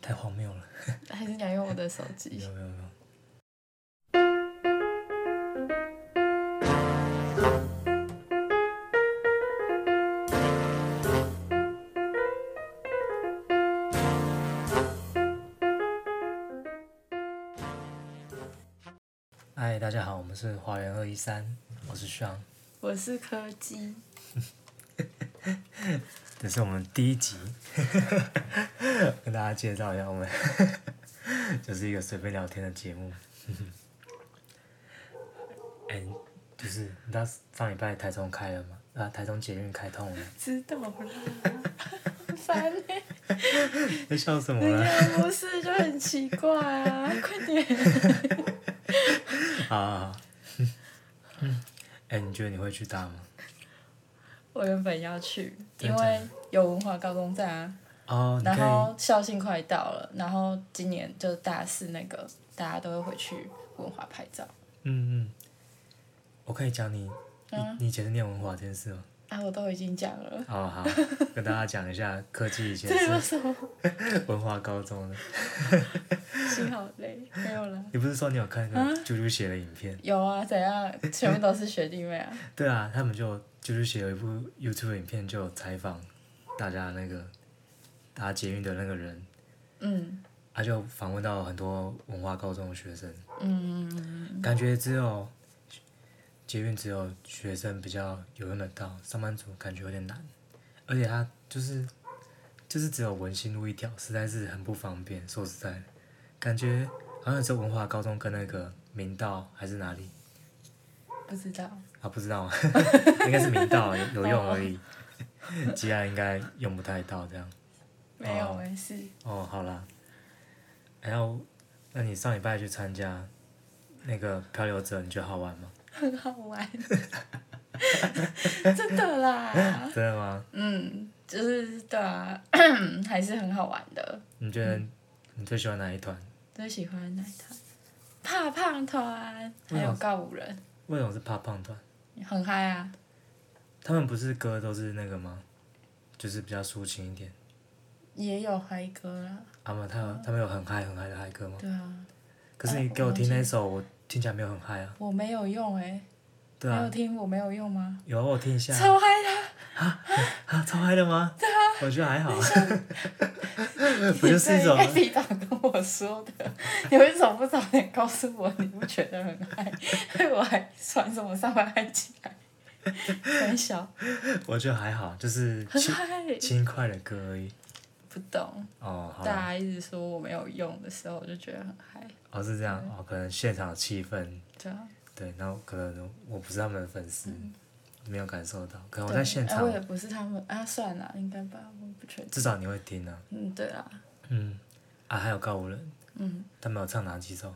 太荒谬了。还是你要用我的手没 机有？没有没有，嗨，大家好，我们是花园二一三，我是尚，我是柯基，这是我们第一集，跟大家介绍一下，我们就是一个随便聊天的节目。哎、就是你知道上礼拜台中开了吗？啊，台中捷运开通了，知道 啦。很烦欸，你笑什么人了？家不是就很奇怪啊！快点，啊，哎、你觉得你会去搭吗？我原本要去，真的假因的为有文化高中站啊，哦，你然可后以，校庆快到了，然后今年就大四那个，大家都会回去文化拍照嗯嗯，我可以讲你，你嗯你以前是念文化这件事吗？啊，我都已经讲了，哦， 好，跟大家讲一下，科技以前这有是什么？文化高中的。心好累，没有啦。你不是说你有看那个啊啾啾鞋的影片？有啊，怎样？全部都是学弟妹啊！对啊，他们就啾啾鞋有一部 YouTube 影片，就有采访大家那个搭捷运的那个人，嗯他就访问到很多文化高中的学生，嗯，感觉只有捷运只有学生比较有用得到，上班族感觉有点难，而且他就是就是只有文心路一条，实在是很不方便。说实在的，感觉好像只有文化高中跟那个明道还是哪里。不知道。啊，不知道， 应该是明道有有用而已， 其他应该用不太到这样。没有，哦没事。哦，好啦，然后，那你上礼拜去参加那个漂流者，你觉得好玩吗？很好玩， 真的啦。真的吗？嗯，就是对啊， 还是很好玩的。你觉得你最喜欢哪一团？最喜欢哪一团？怕胖团，为还什有么告五人，为什么是怕胖团？很嗨啊！他们不是歌都是那个吗？就是比较抒情一点。也有嗨歌啦，啊嘛，他有他们有很嗨很嗨的嗨歌吗？对啊，可是你给我听那首，我听起来没有很嗨啊。我没有用哎、对你啊有，听我没有用吗？有啊我听一下啊超嗨的啊，啊，超嗨的吗？对啊，我觉得 还好啊。不你就是一种这应该提早跟我说的，你为什么不早点告诉我？你不觉得很嗨？ 害我还传什么上班嗨起来？很小，我觉得还好，就是很轻嗨。轻快的歌而已。不懂，哦，好大啦，家一直说我没有用的时候，我就觉得很嗨。哦是这样，哦可能现场气氛，对啊，对，然后可能我不是他们的粉丝，没有感受到，可能我嗯对哦在现哎场我，也不是他们啊，算了，应该吧，我不确定。至少你会听啊，嗯，对啊，嗯，啊还有告五人，嗯，他们有唱哪几首？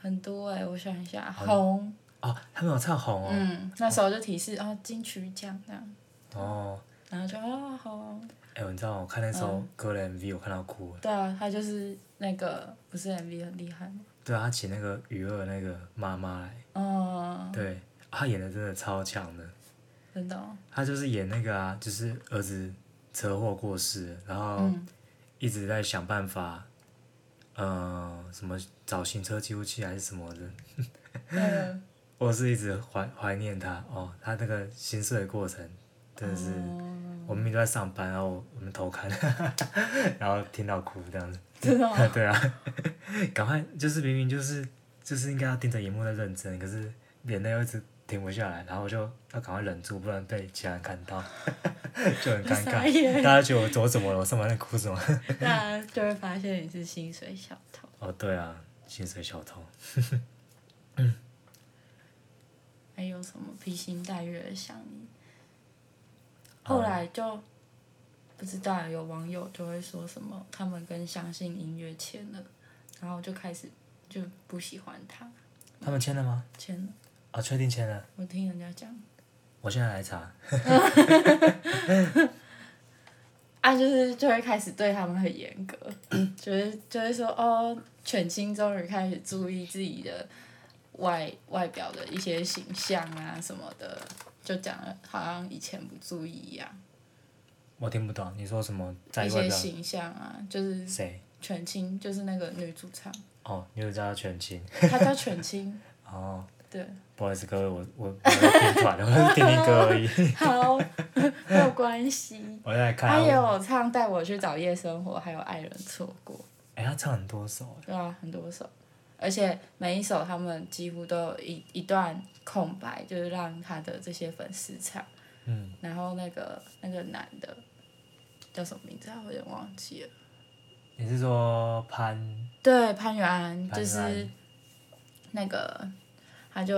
很多哎、我想一下，好红，哦，他们有唱红哦，嗯，那时候就提示哦，金曲奖那样，哦，然后就哦红，哎，你知道我看那首嗯歌的 MV，我看到哭了，对啊，他就是那个不是 MV 很厉害吗？对啊，他请那个鱼儿那个妈妈来，嗯，对，啊他演的真的超强的，真的哦，他就是演那个啊，就是儿子车祸过世，然后 嗯一直在想办法，呃，什么找行车记录器还是什么的，嗯，我是一直怀怀念他哦，他那个心碎的过程真的是，哦我明明都在上班，然后我我们偷看， 然后听到哭这样子，真的哦， 对啊， 赶快就是明明就是就是应该要盯着荧幕在认真，可是眼泪又一直停不下来，然后我就要赶快忍住，不然被其他人看到 就很尴傻尬，眼大家觉得我我怎么了？我上班在哭什么？大家就会发现你是薪水小偷。哦，对啊，薪水小偷。还有什么披星戴月的想你。哦后来就不知道有网友就会说什么，他们跟相信音乐签了，然后就开始就不喜欢他他们签了吗？签了。哦，确定签了。我听人家讲我现在来查。啊，就是就会开始对他们很严 格，就是就会说哦，犬青终于开始注意自己的外外表的一些形象啊什么的，就讲了好像以前不注意一样，我听不懂你说什么在一外些表形象啊，就是谁？犬青就是那个女主唱，哦，你有叫他全勤她叫犬青，哦，对，不好意思各位，我我我在听团，我 是听听歌而已，好， 没有关系。我在看她他也们。有唱《带我去找夜生活》，还有《爱人错过》，哎、他唱很多首，对啊，很多首，而且每一首他们几乎都有一一段空白，就是让他的这些粉丝唱。嗯，然后那个那个男的叫什么名字啊？我有点忘记了。你是说潘？对，潘元安潘就元安是那个，他就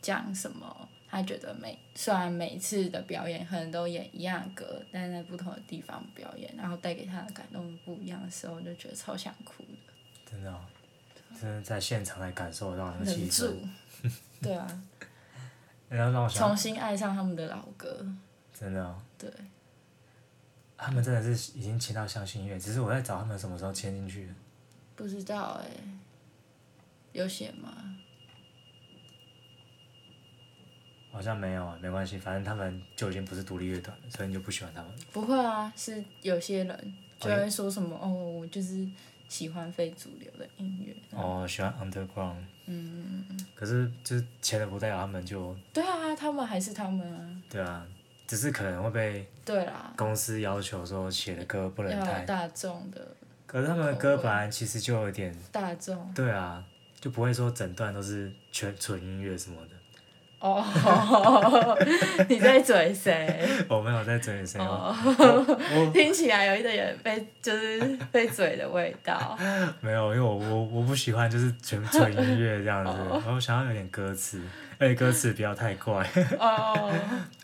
讲什么？他觉得每虽然每一次的表演可能都演一样的歌，但是在不同的地方表演，然后带给他的感动不一样的时候，我就觉得超想哭的。真的、哦，真的在现场来感受到那个忍气氛，住，对 啊，然后让我想到，重新爱上他们的老歌，真的、哦，对，他们真的是已经签到相信音乐，只是我在找他们什么时候签进去的。不知道哎、有写吗？好像没有啊，没关系，反正他们就已经不是独立乐团了，所以你就不喜欢他们。不会啊，是有些人就哦会说什么哦，我就是喜欢非主流的音乐。哦，喜欢 underground。嗯。可是就是签了不代表他们就对啊，他们还是他们啊。对啊，只是可能会被对啦，公司要求说写的歌不能要太有，大众的可是他们的歌本来其实就有点大众对啊，就不会说整段都是全纯音乐什么的。 哦， 你在嘴谁？我没有在整理谁哦，哦，听起来有一点被就是被嘴的味道。没有，因为我我我不喜欢就是全纯音乐这样子，我想要有点歌词，而且歌词不要太怪。 哦，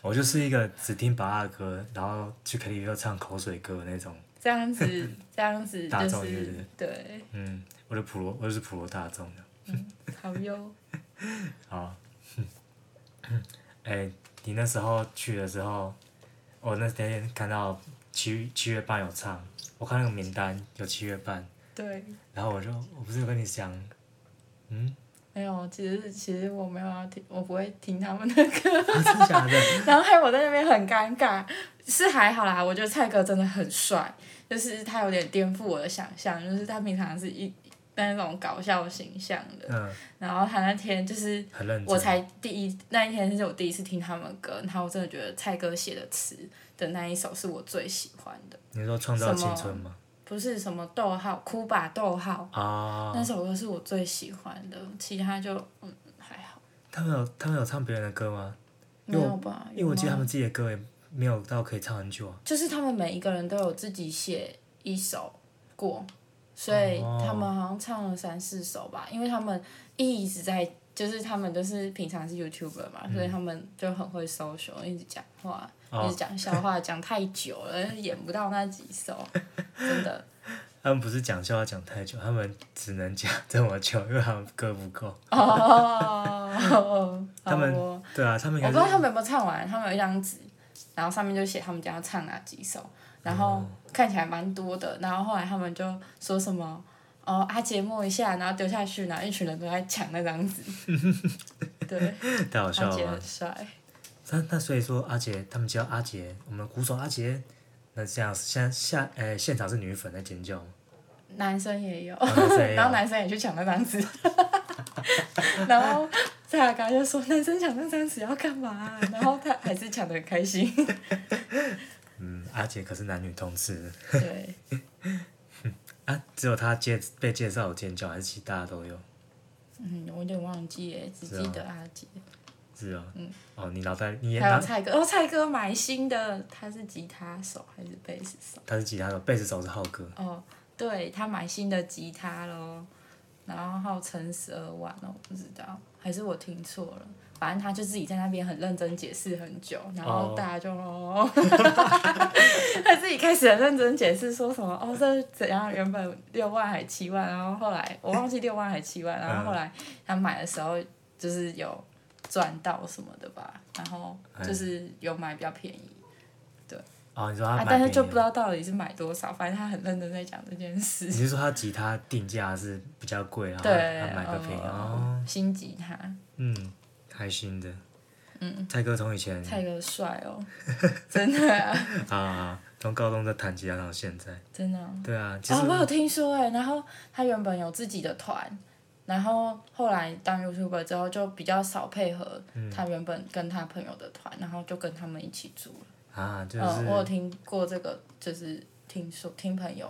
我就是一个只听巴拉歌，然后去 KTV 都唱口水歌的那种。这样子，这样子大就众乐是队对，嗯，我的普罗，我就是普罗大众的。好哟。好， 哎、你那时候去的时候，我那天看到七七月半有唱，我看那个名单有七月半，对，然后我就我不是有跟你讲， 嗯，没有，其实其实我没有要听，我不会听他们的 歌。啊真的假的？然后害我在那边很尴尬，是还好啦。我觉得蔡哥真的很帅，就是他有点颠覆我的想象，就是他平常是一那种搞笑形象的，嗯，然后他那天就是很认真。我才第一那一天是我第一次听他们歌，然后我真的觉得蔡哥写的词的那一首是我最喜欢的，你说创造青春吗？不是什么逗号哭吧逗号，啊，那首歌是我最喜欢的，其他就嗯还好，他们有他们有唱别人的歌吗？因没为有吧？因为我记得啊有吗他们自己的歌也没有到可以唱很久啊。就是他们每一个人都有自己写一首过，所以哦他们好像唱了三四首吧，因为他们一直在，就是他们就是平常是 YouTuber 嘛，所以他们就很会 social，一直讲话，嗯哦一直讲笑话，讲太久了，演不到那几首，真的。他们不是讲笑话讲太久，啊他们只能讲这么久，因为他们歌不够。 哦，他们好哦对啊，他们我应不该知道是他们有没有唱完，他们有一张纸，然后上面就写他们将要唱哪几首，然哦后看起来蛮多的，然后后来他们就说什么。哦，啊，节目一下，然后丢下去，然后一群人都在抢 那张纸。对，太好阿笑杰了很吧。帅，那那所以说阿杰他们叫阿杰，我们鼓手阿杰，那这样现下诶、现场是女粉在尖 叫吗？男生也有，男生也有然后男生也去抢那张纸， 然后蔡雅刚就说男生抢那张纸要干嘛、然后他还是抢的很 开心。嗯，阿杰可是男女通吃对，啊，只有他介被介绍有尖叫，还是其他都有？嗯，我有点忘记耶，只啊记得阿杰。是哦，哦，你脑袋你也嗯还有他蔡哥，哦，蔡哥买新的，他是吉他手还是贝斯手？他是吉他手，贝斯手是浩哥，哦，对他买新的吉他咯，然后号称十二万哦，我不知道，还是我听错了。反正他就自己在那边很认真解释很久，然后哦大家就哦， 他自己开始很认真解释说什么哦，这是怎样原本六万还七万，然后后来我忘记六万还七万，然嗯后后来他买的时候就是有赚到什么的吧，然后嗯就是有买比较便宜，哦，你说他啊买，但是给就你不的知道到底是买多少，反正他很认真在讲这件你事。是说他吉他定价是比较贵，然后对，他买个便宜哦，嗯，新吉他，嗯，开心的。嗯，蔡哥从以前蔡哥帅哦，真的啊，啊，从高中在弹吉他到现在。真的哦、对啊，其实啊，我有听说哎，然后他原本有自己的团，然后后来当 YouTuber 之后就比较少配合嗯他原本跟他朋友的团，然后就跟他们一起住了。啊，就嗯，我有是听过这个，就是听说听朋友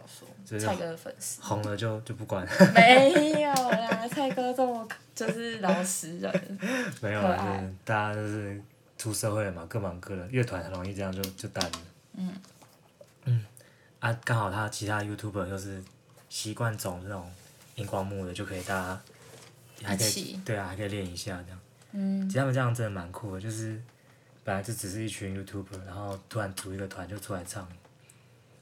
就说是蔡哥的粉 丝红了就就不管，没有啦，蔡哥这么就是老实人， 没有可啊，爱就是大家就是出社会了嘛，各忙各的，乐团很容易这样就就淡了。嗯。啊，刚好他其他 YouTuber 又是习惯走这种荧光幕的，就可以大家还可一以起对啊，还可以练一下这样。嗯其实他们这样真的蛮酷的，就是本来就只是一群 YouTuber，然后突然组一个团就出来唱，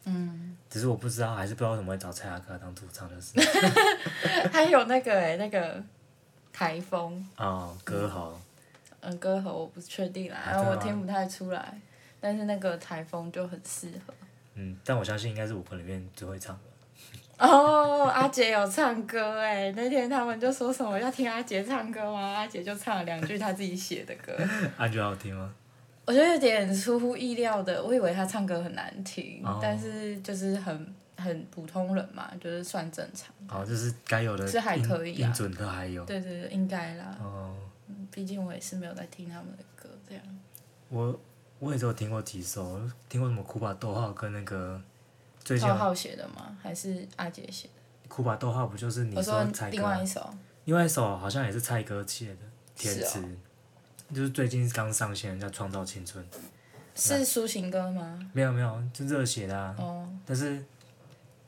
嗯，只是我不知道，还是不知道为什么会找蔡阿嘎当主唱，就是还有那个哎、那个台风，哦，歌喉，嗯，歌喉我不确定啦，啊然后我真的吗听不太出来，但是那个台风就很适合。嗯，但我相信应该是五个里面最会唱的。哦，阿杰有唱歌哎，那天他们就说什么要听阿杰唱歌吗？阿杰就唱了两句他自己写的歌，安觉得好听吗？我觉得有点出乎意料的，我以为他唱歌很难听，哦但是就是很很普通人嘛，就是算正常。哦，就是该有的音这还可以啊音准都还有。对对对，应该啦，哦，毕竟我也是没有在听他们的歌这样。我我也只有听过几首，听过什么酷巴逗号跟那个最近浩有浩写的吗？还是阿杰写的？酷巴逗号不就是你我说蔡另哥外啊？一首，另外一首好像也是蔡哥写的填是哦词，就是最近刚上线叫《创造青春》，是抒情歌吗？没有没有，就热血的、啊，哦，但是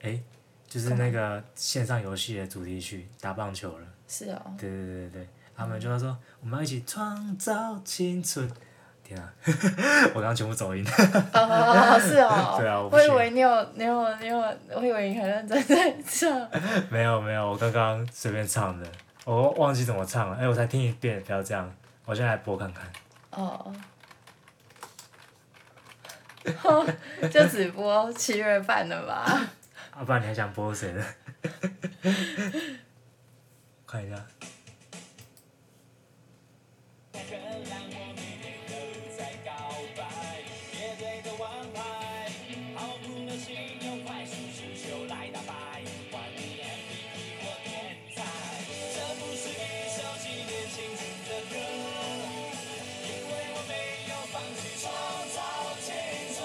哎、就是那个线上游戏的主题曲打棒球了。是哦，对对对对对，他们就会说我们要一起创造青春。天啊， 我刚刚全部走音。，哦，是 哦对啊我不我以信为你有，你有，你有，我以为你很认真在唱。没有没有，我刚刚随便唱的，我忘记怎么唱了。哎、我才听一遍，不要这样，我现在来播看看。哦。 哦就只播七月半了吧？啊，不然你还想播谁呢？看一下，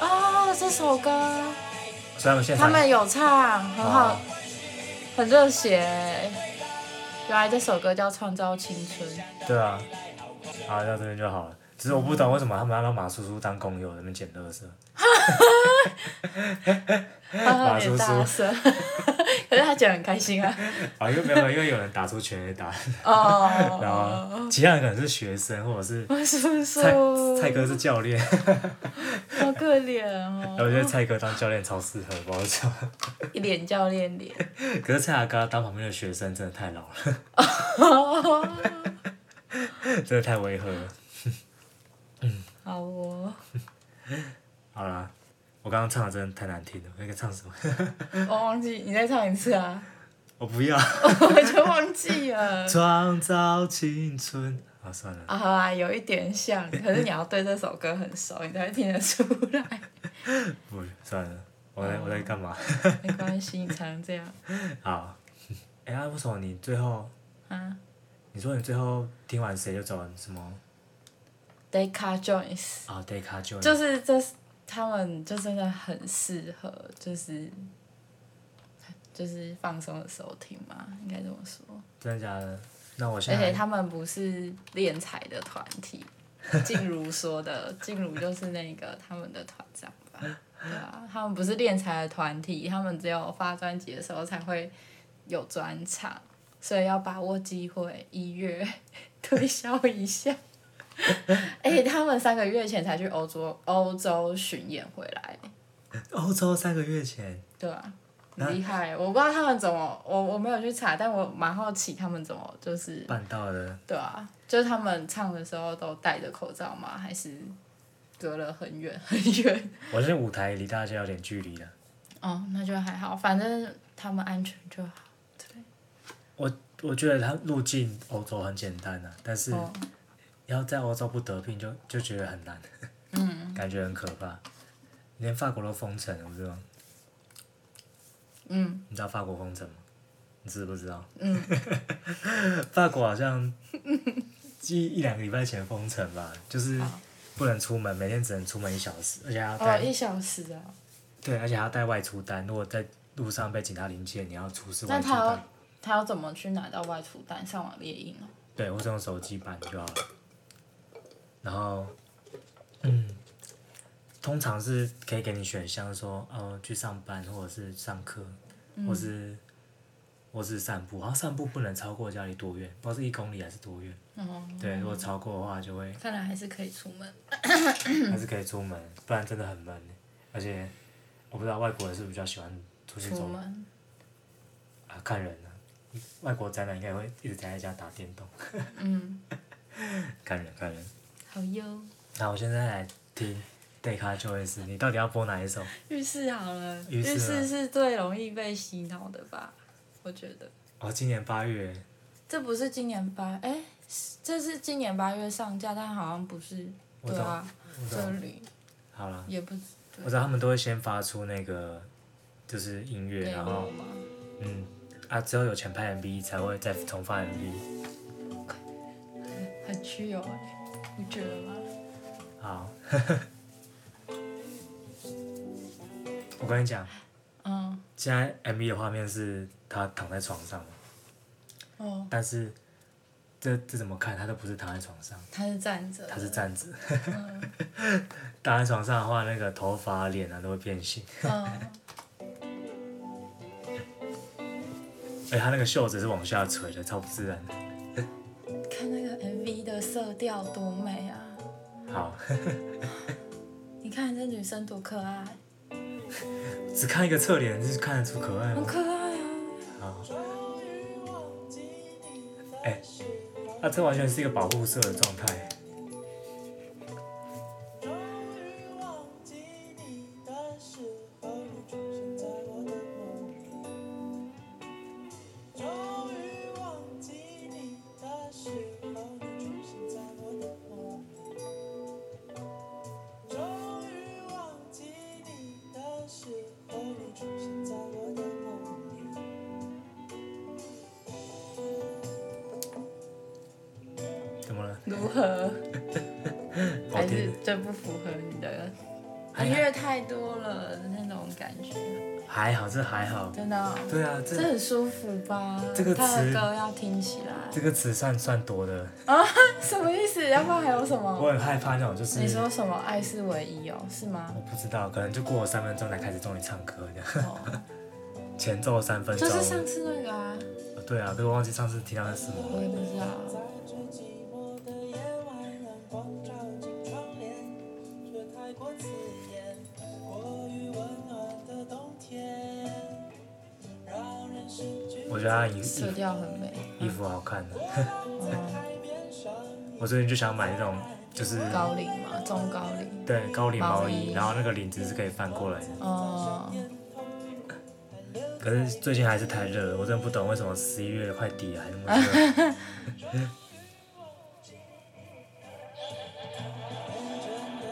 哦，这首歌所以他们现他场们有唱，很好哦，很热血欸。原来这首歌叫《创造青春》，对啊，好，到这边就好了。只是我不懂为什么他们要让马叔叔当工友在那边捡垃圾。他 马 有点叔大叔声，可是他觉得很开心啊。啊，因为没有，因为有人打出全垒打，然哦，后其他人可能是学生或者是马叔叔，蔡哦蔡哥是教练，好可怜哦然后，我觉得蔡哥当教练超适合，不知道为什么。一脸教练脸。可是蔡阿嘎当旁边的学生真的太老了，哦真的太违和了。好哦，好啦，我刚刚唱的真的太难听了，我应该唱什么？ 我忘记你再唱一次啊，我不要 我就忘记了。创造青春啊，算了。啊，好啊，有一点像，可是你要对这首歌很熟，你才会听得出来。不，算了，我在我在干嘛？没关系，你常这样好，哎、呀，为什么你最后啊。你说你最后听完谁就走了什么 Deca Jones 啊？Day Car Joy 就是这是他们就真的很适合，就是就是放松的时候听嘛，应该这么说。真的假的？那我现而在且他们不是练才的团 体，静茹说的，静茹就是那个他们的团长吧？对啊，他们不是练才的团体，他们只有发专辑的时候才会有专场，所以要把握机会，一月推销 一下。而且他们三个月前才去欧洲欧洲巡演回来，欧洲三个月前，对啊，很厉害。我不知道他们怎么，我我没有去查，但我蛮好奇他们怎么就是办到了，对啊，就是他们唱的时候都戴着口罩吗？还是隔了很远很远？ 我现在舞台离大家有点距离了。哦，那就还好，反正他们安全就好。我觉得他入境欧洲很简单啊，但是哦，嗯要在欧洲不得病就就觉得很难，感觉很可怕。连法国都封城了，不是吗？嗯你知道法国封城吗？你知不知道？嗯， 法国好像一一两个礼拜前封城吧，就是好不能出门，每天只能出门一小时，而且还要带、哦，一小时啊，对，而且还要带外出单。如果在路上被警察临检，你要出示那外出他要单。他要怎么去拿到外出单？上网猎鹰哦。对，我是用手机版就好了。然后，嗯，通常是可以给你选项说，呃，去上班或者是上课，或是或是散步。然后散步不能超过家里多远，不知道是一公里还是多远。哦，对，如果超过的话就 会看来还是可以出门。还是可以出门，不然真的很闷。欸而且我不知道外国人是不是比较喜欢出去出走门，啊看人啊，外国宅男应该会一直宅在家打电动，嗯，看人看人。好哟。那我现在来听对卡就会是，你到底要播哪一首？浴室好了，浴浴室啊室是最容易被洗脑的吧？我觉得，哦，今年八月，这不是今年八，哎，是这是今年八月上架，但好像不是，我对懂啊，我知这道，里好了，也不我知道他们都会先发出那个就是音乐，给然我后吗？嗯啊，只有有钱拍 MV 才会再重发 MV。很具有哎，你觉得吗？好， 我跟你讲，嗯，现在 MV 的画面是他躺在床上嘛，哦，但是这这怎么看他都不是躺在床上，他是站着，他是站着。躺在床上的话，那个头发、脸啊都会变形。嗯，哎，他那个袖子是往下垂的，超不自然的。看那个 MV 的色调多美啊！好，你看这女生多可爱，只看一个侧脸是看得出可爱很吗？可爱啊！好。哎、那这完全是一个保护色的状态。怎么了？如何？好还是听？这不符合你的还音好乐太多了的那种感觉，还好，这还好。真的哦、对啊，这这很舒服吧？这个词他的歌要听起来，这个词算算多的。什么意思？要不然还有什我么？很害怕那种，就是你说什么爱是唯一哦，是吗我？不知道，可能就过了三分钟才开始终于唱歌这样。 哦，前奏三分就钟。是上次那个啊，对啊，可是我忘记上次听到的是什么。我也不知道。我觉得他衣色衣调很美，衣服好看的，嗯，我最近就想买那种就是高领嘛，中高领，对高领毛毛衣，衣然后那个领子是可以翻过来的。哦、可是最近还是太热了，我真的不懂为什么十一月快底了还那么热。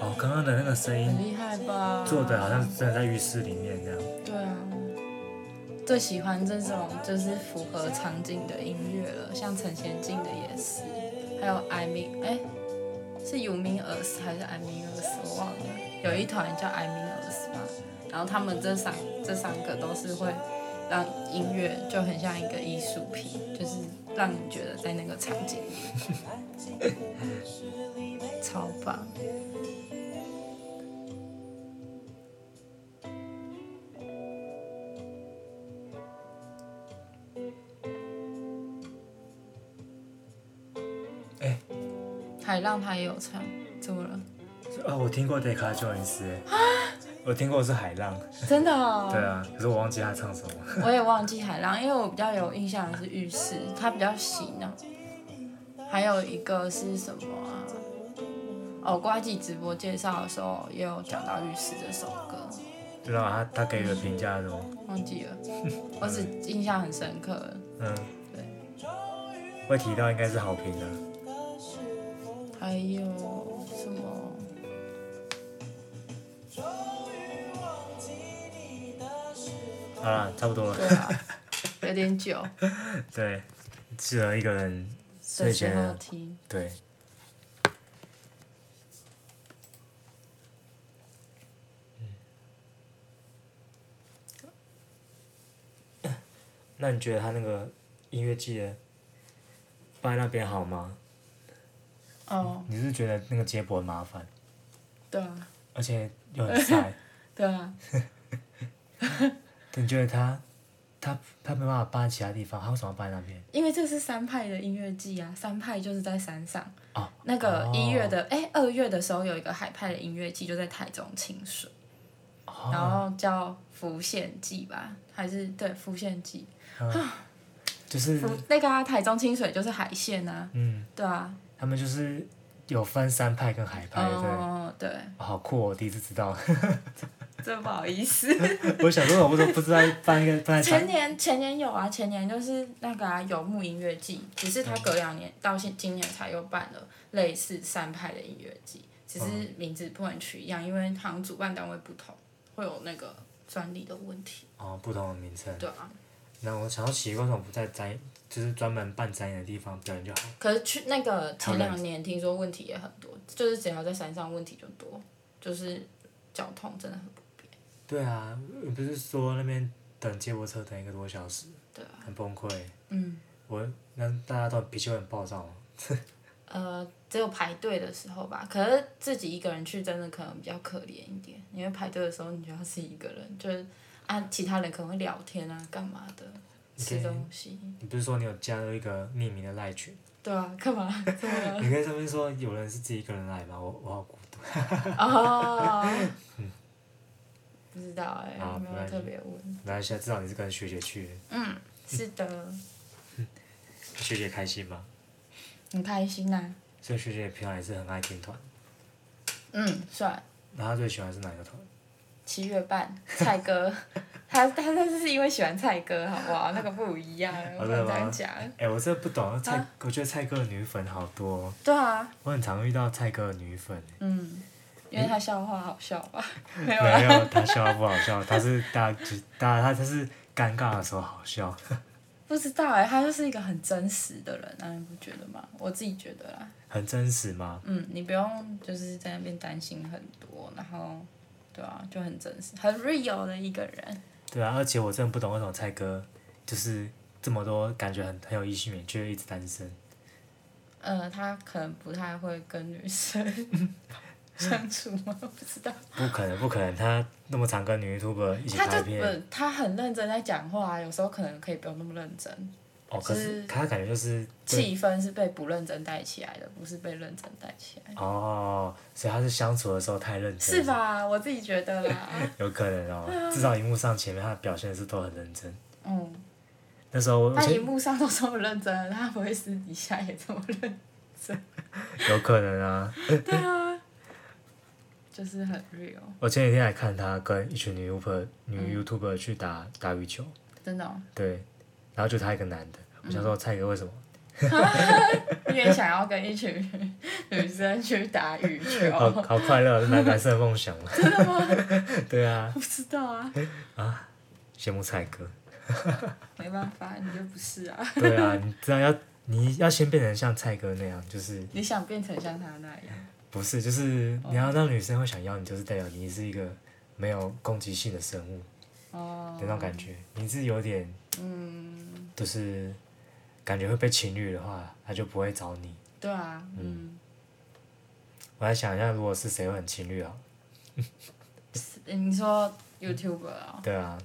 哦，刚刚的那个声很音厉害吧？做的好像真的在浴室里面这样。对啊，最喜欢这种就是符合场景的音乐了，像陈贤进的也是，还有艾米，哎，是 You Mean Us 还是 I Mean Us 我忘了，有一团叫 I Mean Us 吧，然后他们这三这三个都是会让音乐就很像一个艺术品，就是让你觉得在那个场景里， 超棒。哎、海浪他也有唱，怎么了？哦，我听过 d e c a j o n e 啊我听过是海浪，真的、哦？对啊，可是我忘记他唱什么。 我也忘记海浪，因为我比较有印象的是浴室，它比较洗脑。还有一个是什么啊？哦，瓜吉直播介绍的时候也有讲到浴室这首歌，对啊，他他给予的评价是什么？忘记了，我只印象很深刻。嗯，对，会提到应该是好评的。还有什么？好啦，差不多了。对啊，有点久，对，适合一个人的 睡时前啊候的听。对。嗯那你觉得他那个音乐季的办在那边好吗？哦，你是觉得那个接驳很麻烦，对啊，而且又很 塞，对啊，你觉得他他他没办法搬其他地方，他为什么要搬那边？因为这是三派的音乐季啊，三派就是在山上。哦，那个哦一月的，哎、二月的时候有一个海派的音乐季，就在台中清水，然哦，后叫浮现季吧，还是对浮现季，就是浮那个、啊、台中清水就是海线啊，嗯，对啊，他们就是有分山派跟海派，对不对。哦，对，哦好酷、哦！我第一次知道， 真不好意思。我想说，我都不知道办一个办在前年前年有啊，前年就是那个啊游牧音乐季，只是它隔两年到现今年才又办了类似三派的音乐季，只是名字不能取一样，因为好像主办单位不同，会有那个专利的问题。哦不同的名称。对啊，那我想要奇怪，为什么不在展，就是专门办展演的地方表演就好？可是去那个前两年听说问题也很多，就是只要在山上问题就多，就是交通真的很不便。对啊，不是说那边等接驳车等一个多小时，对啊，很崩溃。嗯，我那大家都脾气会很暴躁嘛。呃，只有排队的时候吧。可是自己一个人去，真的可能比较可怜一点，因为排队的时候你就要自己一个人，就是啊，其他人可能会聊天啊，干嘛的，你可以吃东西。你不是说你有加入一个匿名的赖 群？对啊，干嘛？ 怎么了？你可以上面说有人是自己一个人来吗？我我好孤独。哦，不知道哎、好没没关有系特别问。没关系啊，至少你是跟学姐去的，嗯，是的，学姐开心吗？很开心呐、啊。所以学姐平常也是很爱听团。嗯，帅。那她最喜欢是哪个团？七月半，蔡 哥，他他他是因为喜欢蔡哥，好不好？那个不一 样，不能这样讲。哎、我真的不懂蔡，啊我觉得蔡哥的女粉好多哦、对啊，我很常遇到蔡哥的女粉、欸嗯，因为他笑话好笑吧？没有啦，没有，他笑话不好笑，他是大家只大家他他是尴尬的时候好笑，不知道哎、他就是一个很真实的人啊，你不觉得吗？我自己觉得啦，很真实嘛。嗯，你不用就是在那边担心很多，然后，对啊，就很真实，很 real 的一个人。对啊，而且我真的不懂为什么蔡哥就是这么多感觉很很有异性缘，却一直单身。呃，他可能不太会跟女生 相处吗？不知道，不可能，不可能，他那么常跟女 YouTuber 一起他拍就不片，是，他很认真在讲话，啊有时候可能可以不用那么认真，哦，可是是他感觉就是对气氛是被不认真带起来的，不是被认真带起来的，哦，所以他是相处的时候太认真，是？吧？我自己觉得啊啦， 有可能哦，至少荧幕上前面他的表现是都很认真。嗯。那时候 我他先荧幕上都这么认真了，他不会私底下也这么认，有可能啊。就是很 real，我前几天还看他跟一群女 YouTuber 女 YouTuber 去打打羽球，真的、哦。 对，然后就他一个男的，我想说蔡哥为什么？因为想要跟一群女生去打羽好球，好快乐，男男生的梦想嘛。哦真的吗？ 对啊，不知道啊，羡慕蔡哥。没办法，你就不是啊。对啊，你知道要你要先变成像蔡哥那样，就是你想变成像他那样，不是就是哦你要让女生会想要你，就是代表你是一个没有攻击性的生物哦的，那种感觉，你是有点嗯，就是感觉会被情侣的话，他就不会找你。对啊，嗯，我在想一下，如果是谁会很情侣啊？是你说 YouTuber 啊、对啊，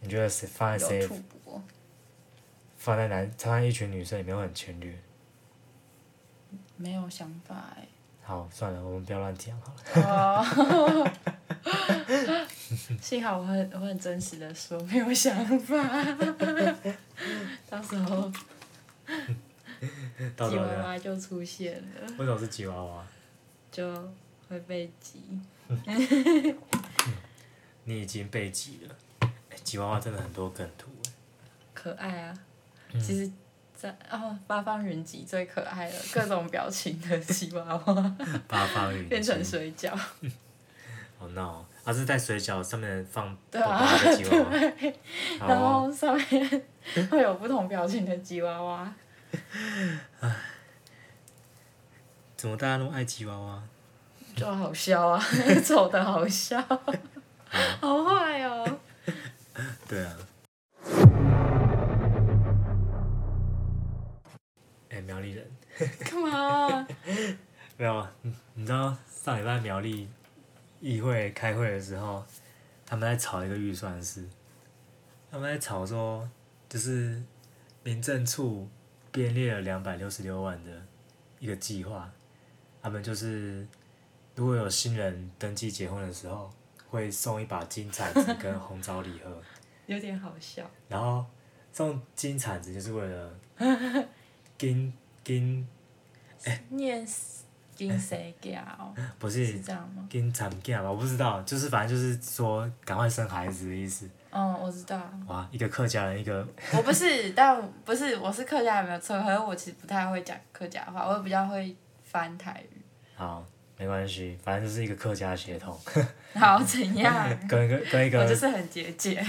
你觉得谁放在有谁吐播，放在男放在一群女生里面会很情侣？没有想法哎、好，算了，我们不要乱讲好了。哦， 幸好我很我很真实的说没有想 法，到时候 到吉时候娃再娃就出现了，为什么是吉娃娃？就会被挤。你已经被挤了。哎吉娃娃真的很多梗图哎，可爱啊！其实在，哦八方云集最可爱了，各种表情的吉娃娃欸八方云集变成水饺，好闹哦、啊，是在水饺上面放对啊爸爸的吉娃娃， 对，好然哦，后上面会有不同表情的吉娃娃，怎么大家那么爱吉娃娃？就好笑啊，丑的好笑，好坏哦。对啊。哎、苗栗人干嘛？没有啊，你你知道上礼拜苗栗议会开会的时候，他们在吵一个预算是，他们在吵说，就是民政处编列了两百六十六万的一个计划，他们就是如果有新人登记结婚的时候，会送一把金铲子跟红枣礼盒。 有点好笑。然后送金铲子就是为了 金金念金谁教？不是是这样吗？金铲干啊吧？我不知道，就是反正就是说赶快生孩子的意思。嗯，我知道。哇，一个客家人，一个我不是，但不是，我是客家也没有错，可是我其实不太会讲客家话，我比较会翻台语。好没关系，反正就是一个客家血统， 好，怎样？跟一个跟一我就个是很 节俭。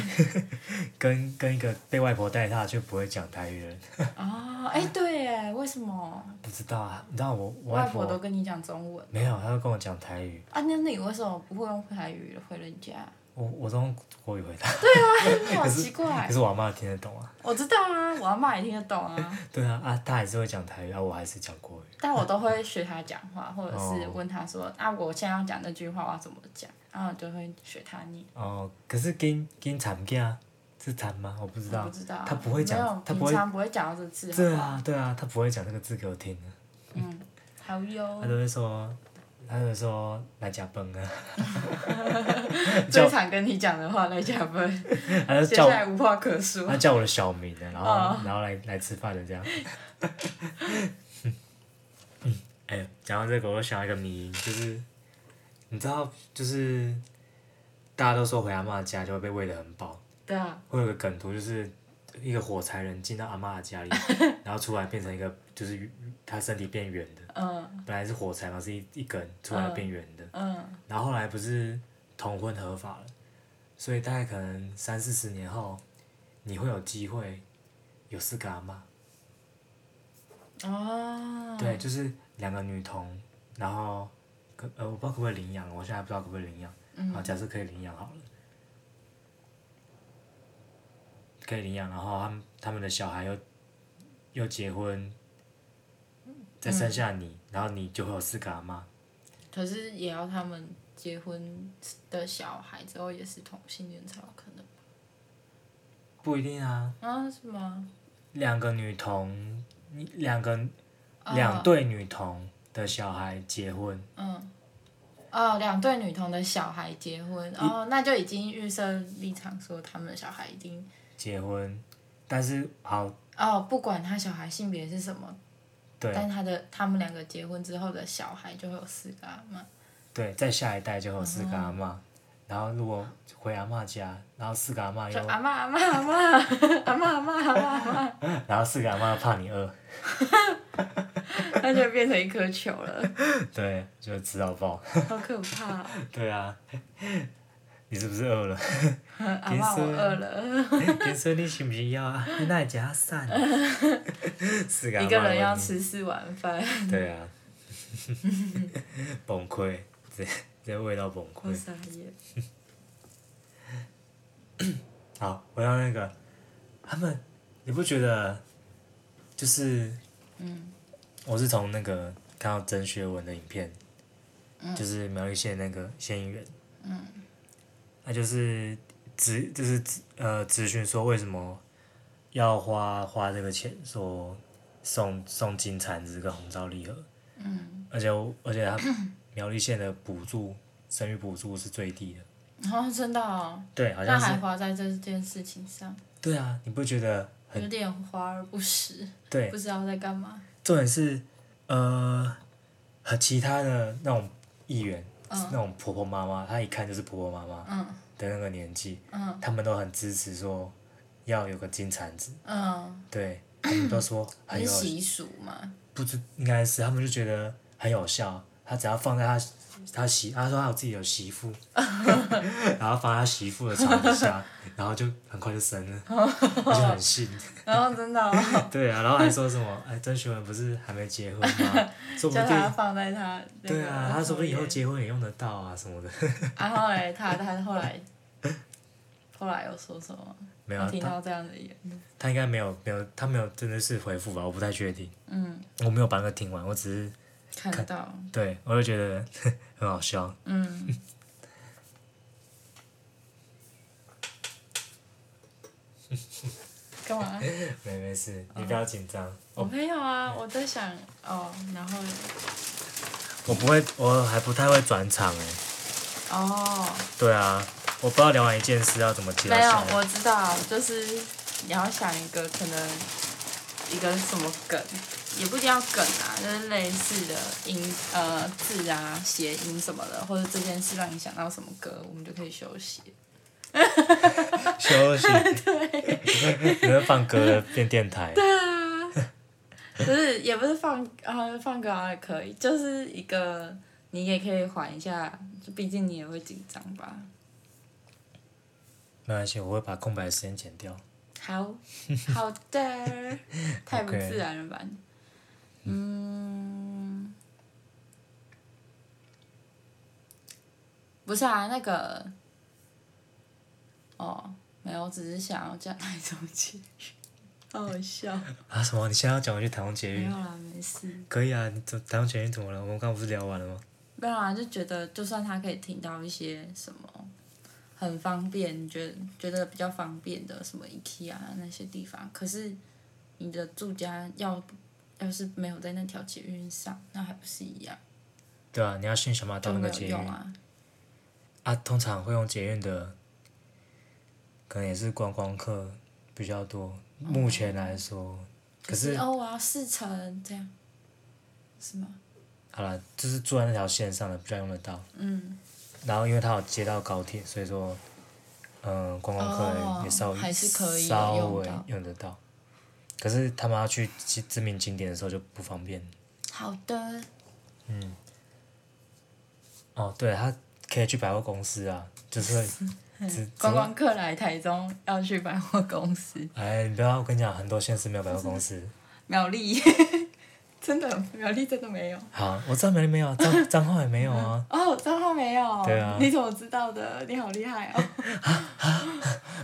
跟跟一个被外婆带大却不会讲台语的人，哦，哎、对耶，为什么？不知道啊？你知道我我外外婆婆都跟你讲中文没有，她会跟我讲台语，啊？那你为什么不会用台语回人 家？我我都用国语回答，哎你好奇怪可。是我阿妈听得懂啊。 我知道啊，我阿妈也听得懂啊，对啊啊，她还是会讲台语啊，我还是讲国语。但我都会学她讲话，或者是哦问她说啊，我现在要讲那句话我要怎么讲，然后我就会学她念。哦，可是跟跟产假是产吗？我不知我道不。知道，他不会讲没有他不会平常不会讲到这个字。对好不好，啊，对啊，他不会讲这个字给我听的，嗯，好他哟，都会说，他就会说来加崩啊，最常跟你讲的话来加分，他就接叫下我来无话可说。他叫我的小名啊，然后、哦然后来来吃饭的这样。嗯哎、讲到这个，我又想到一个迷因，就是你知道，就是大家都说回阿妈家就会被喂得很饱，对啊，会有个梗图，就是一个火柴人进到阿妈的 家里，然后出来变成一个，就是他身体变圆的，嗯本来是火柴嘛，是一一根，出来变圆的。嗯，然后后来不是同婚合法了，所以大概可能三四十年后，你会有机会有四个阿妈，哦，对，就是两个女童，然后可呃我不知道可不可以领养，我现在不知道可不可以领养，嗯好，假设可以领养好了，可以领养，然后他们他们的小孩又又结婚，再嗯生下你，然后你就会有四个阿妈，可是也要他们结婚的小孩之后也是同性恋才有可能不一定啊，啊？是吗？两个女童，你两个哦两对女童的小孩结婚，嗯。哦，两对女童的小孩结婚，哦，那就已经预设立场说他们的小孩一定，结婚，但是好哦，不管他小孩性别是什么，对但他的他们两个结婚之后的小孩就会有四个啊阿妈，对，再下一代就会有哦四个阿妈，然后如果回阿妈家，然后四个阿妈就又，阿妈阿妈阿妈阿妈阿妈阿妈阿妈，然后四个阿妈怕你饿， 那就变成一颗球了， 对，就吃到爆，好可怕、哦！对啊， 你是不是饿了？ 阿妈我饿了，你说你是不是要啊？你那家散， 四个阿一嬷个人问要你吃四碗饭，对啊， 崩溃，这这味道崩我溃。傻眼。好，回到那个，他们，你不觉得，就是，嗯，我是从那个看到曾学文的影片，嗯就是苗栗县那个县议员，嗯，他就是咨，就是咨呃咨询说为什么要花花这个钱，说送送金铲子跟红枣礼盒，嗯，而且我而且他苗栗县的补助生育补助是最低的，哦，真的哦，对，好那像是还，花在这件事情上，对啊，你不觉得很有点华而不实，对？不知道在干嘛。重点是，呃，和其他的那种议员，嗯那种婆婆妈妈，她一看就是婆婆妈妈嗯的那个年纪，嗯他们都很支持说要有个金铲子，嗯， 对，他们都说很很有，习俗嘛。不知应该是他们就觉得很有效，他只要放在他他媳，他说他有自己有媳 妇，然后放在他媳妇的床底下，然后就很快就生 了，他就很信。然后真的哦、 对啊，然后还说什么？哎，曾徐文不是还没结婚吗？说不叫他定。放在他、那个对啊，他说不定以后后面结婚也用得到啊什 么的。啊，后来他他后来后来有说什么？没有我啊，听他到这样的言论，他应该没有没有，他没有真的是回复吧？我不太确定，嗯，我没有把那个听完，我只是看到，对我就觉得 很好笑。 嗯，干嘛？没没事，你不要紧张。我没有啊，我在想哦，然后我不会，我还不太会转场哎。哦，对啊，我不知道聊完一件事要怎么接到没有下，一个。我知道，就是你要想一个可能一个什么梗，也不一定要梗啊，就是类似的音呃字啊、谐音什么的，或者这件事让你想到什么歌，我们就可以休息。 休息。 你会放歌变电台，就是也不是放啊放歌啊也可以，就是一个你也可以缓一下，就毕竟你也会紧张吧。没关系，我会把空白的时间剪掉。好，好的，太不自然了吧嗯，不是啊，那个，哦，没有，我只是想要讲台中节语，好好笑。啊什么？你现在要讲回去台中捷没有运？啦，没事。可以啊，你怎台中捷运怎么了？我们刚刚不是聊完了吗？没有啊啦，就觉得就算他可以听到一些什么很方便，你觉得觉得比较方便的什么 IKEA 那些地方，可是你的住家要要是没有在那条捷运上，那还不是一样，对啊，你要先想办法就到那没个有捷运用啊。啊。通常会用捷运的，可能也是观光客比较多。目前来说，可是哦，我要四层这样，是吗？好了，就是住在那条线上的比较用得到。嗯，然后因为它有接到高铁，所以说，嗯、观光客哦也稍微、还是可以有稍微用到用得到。可是他们要去知知名景点的时候就不方便。好的，哦，对，他可以去百货公司啊， 就是嗯会只只观会光客来台中要去百货公司，哎，你不要我跟你讲，很多县市没有百货公司。苗栗 真的苗栗真的没有。，好，我知道没没有，彰彰化也没有啊哦，彰化没有。对啊你怎么知道的？你好厉害哦！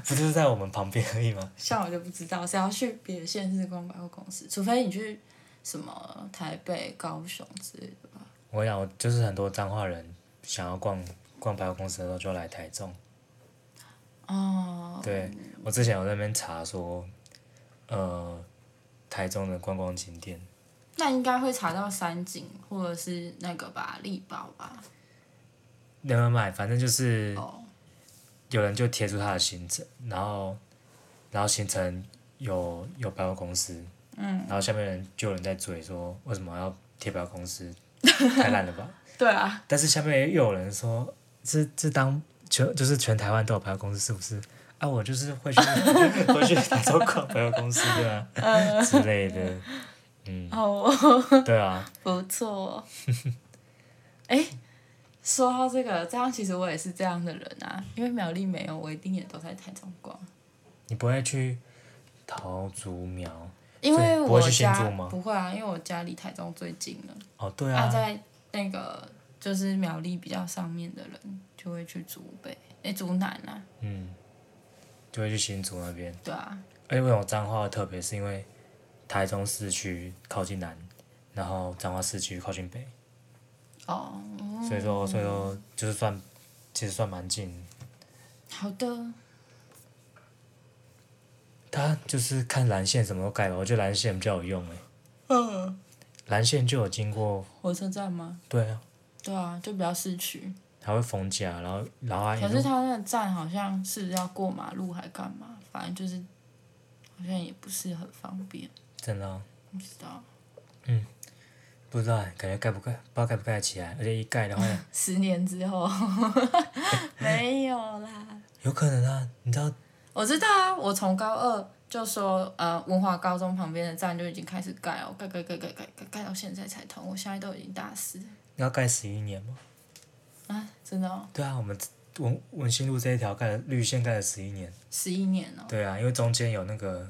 不就是在我们旁边而已吗？像我就不知道，谁要去别的县市逛百货公司？除非你去什么台北、高雄之类的吧。我跟你讲，我就是很多彰化人想要逛逛百货公司的时候就来台中。哦，对，我之前有在那边查说，呃，台中的观光景点，那应该会查到三井或者是那个吧，力宝吧。没有买，反正就是哦，有人就贴出他的行程，然后，然后行程有有百货公司，嗯，然后下面人就有人在追说，为什么要贴百货公司，太烂了 吧？对啊，但是下面又有人说，这这当全就是全台湾都有百货公司是不是？啊，我就是会 去会去台中逛百货公司对啊之类的，嗯，哦，对啊。不错。哎、说到这个，这样其实我也是这样的人啊，因为苗栗没有，我一定也都在台中逛。你不会去桃竹苗？因为对不会我去新家竹吗不会啊，因为我家离台中最近了。哦，对啊，啊，在那个就是苗栗比较上面的人就会去竹北，哎、竹南啊，嗯，就会去新竹那边。对啊，而且哎为什么彰化特别？是因为台中市区靠近南，然后彰化市区靠近北，哦，所以说，所以说就是算，其实算蛮近。好的，它就是看蓝线什么时候盖吧，我觉得蓝线比较有用诶、嗯，蓝线就有经过，火车站吗？对啊，对啊，就比较市区，还会封架，然后然后还一可是路它那个站好像是要过马路还干嘛，反正就是好像也不是很方便，真的啊、不知道。不知道欸感觉盖不盖，不知道盖不盖得起来，而且一盖的话。十年之后， 没有啦。有可能啊，你知道我知道啊，我从高二就说呃文华高中旁边的站就已经开始盖哦，盖盖盖盖盖盖盖到现在才通，我现在都已经大四了你要盖十一年吗？啊，真的哦，对啊，我们文文心路这一条盖了绿线盖了十一年。十一年哦，对啊，因为中间有那个，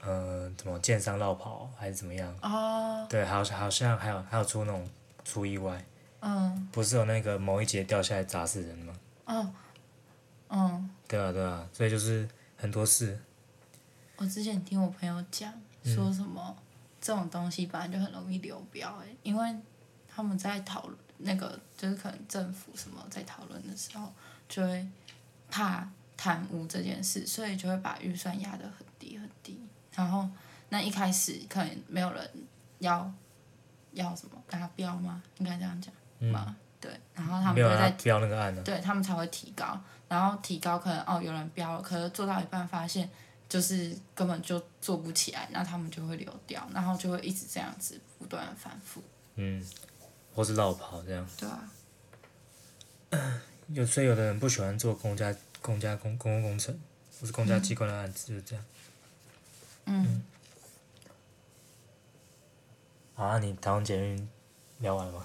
呃，怎么建商绕跑还是怎么样？哦，对，好像好像还有还有出那种出意外，嗯不是有那个某一节掉下来砸死人吗？哦，嗯，对啊对啊，所以就是很多事，我之前听我朋友讲嗯说什么、这种东西本来就很容易流标哎、因为他们在讨论那个就是可能政府什么在讨论的时候，就会怕贪污这件事，所以就会把预算压得很低很低。然后那一开始可能没有人要要什么达标吗？应该这样讲嘛、对，然后他们嗯没就有啊人会在要标那个案呢、对他们才会提高，然后提高可能哦有人标了，可是做到一半发现就是根本就做不起来，那他们就会流掉，然后就会一直这样子不断地反复，嗯，或是绕跑这样。对啊，有所以有的人不喜欢做公家公家公公共工程，或是公家机关的案子，就是这样。嗯，好啊，你台湾捷运聊完了吗？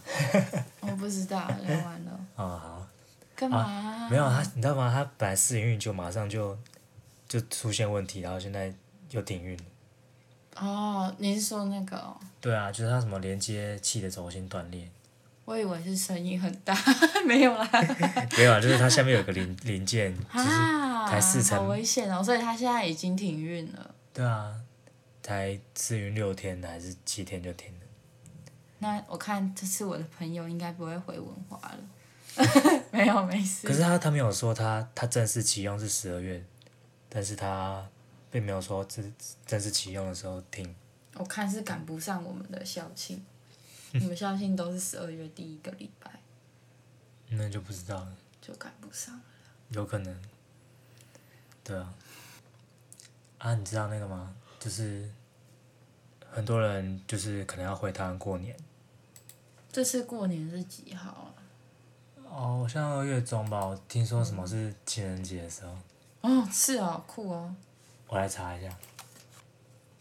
我不知道聊完 了，啊、好。干嘛、啊啊没有他，你知道吗？他本来试营运就马上就就出现问题，然后现在又停运。哦，你是说那个、哦？对啊，就是他什么连接器的轴心断 裂，我以为是声音很大， 没有啦，没有啊，就是它下面有个零零件，就是啊，才四层好危险哦！所以他现在已经停运了。对啊，才试运六天还是七天就停了。那我看这次我的朋友应该不会回文化了， 没有没事可。是他他没有说他他正式启用是十二月，但是他并没有说这正式启用的时候停。我看是赶不上我们的校 庆，你们校庆都是十二月第一个礼拜，那就不知道了，就赶不上了。有可能。对啊。啊，你知道那个吗？就是很多人就是可能要回台湾过年。这次过年是几号啊？哦，好像二月中吧，我听说什么是情人节的时候，哦，是哦，酷哦。我来查一下。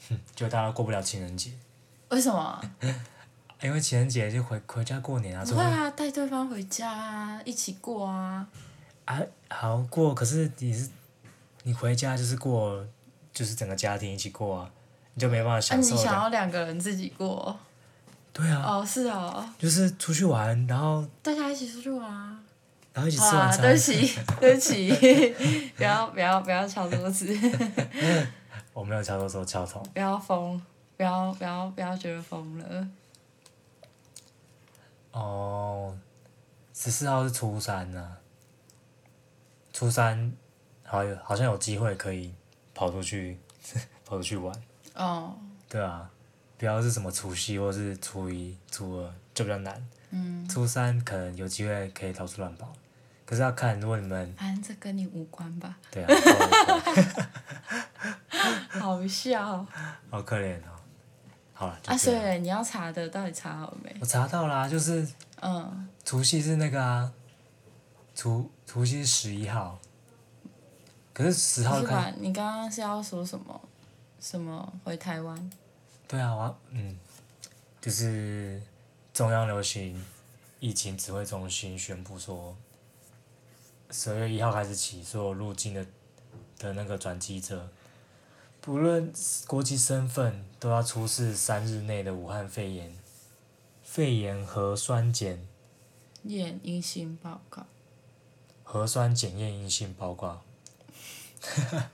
哼，就大家过不了情人节，为什么哎啊？因为情人节就回回家过年啊，不所会以啊，带对方回家啊，一起过啊。啊好过，可是你是你回家就是过，就是整个家庭一起过啊，你就没办法啊，享你受想的。要两个人自己过？对啊，哦，是哦，就是出去玩，然后大家一起出去玩啊。然后一起好吃晚啦，餐对不。起，对不起，不要不要不要敲桌子，我没有敲头说敲头。不要疯，不要不要不要觉得疯了。哦，十四号是初三呐、初三好有好像有机会可以跑出去 跑出去玩，哦，对啊，不要是什么除夕或是初一、初二就比较难，嗯，初三可能有机会可以到处乱跑，可是要看如果你们反正这跟你无关吧。对啊，好好笑好可怜哦。好了，啊！就这所样。以你要查的到底查好没？我查到啦、就是嗯，除夕是那个啊，除除夕是十一号，可是十不号是看吧？你刚刚是要说什么？什么回台湾？对啊，我要嗯，就是中央流行疫情指挥中心宣布说，十二月一号开始起，所有入境的的那个转机者，不论国籍身份，都要出示三日内的武汉肺炎肺炎核酸检验阴性报告。核酸检验阴性报告，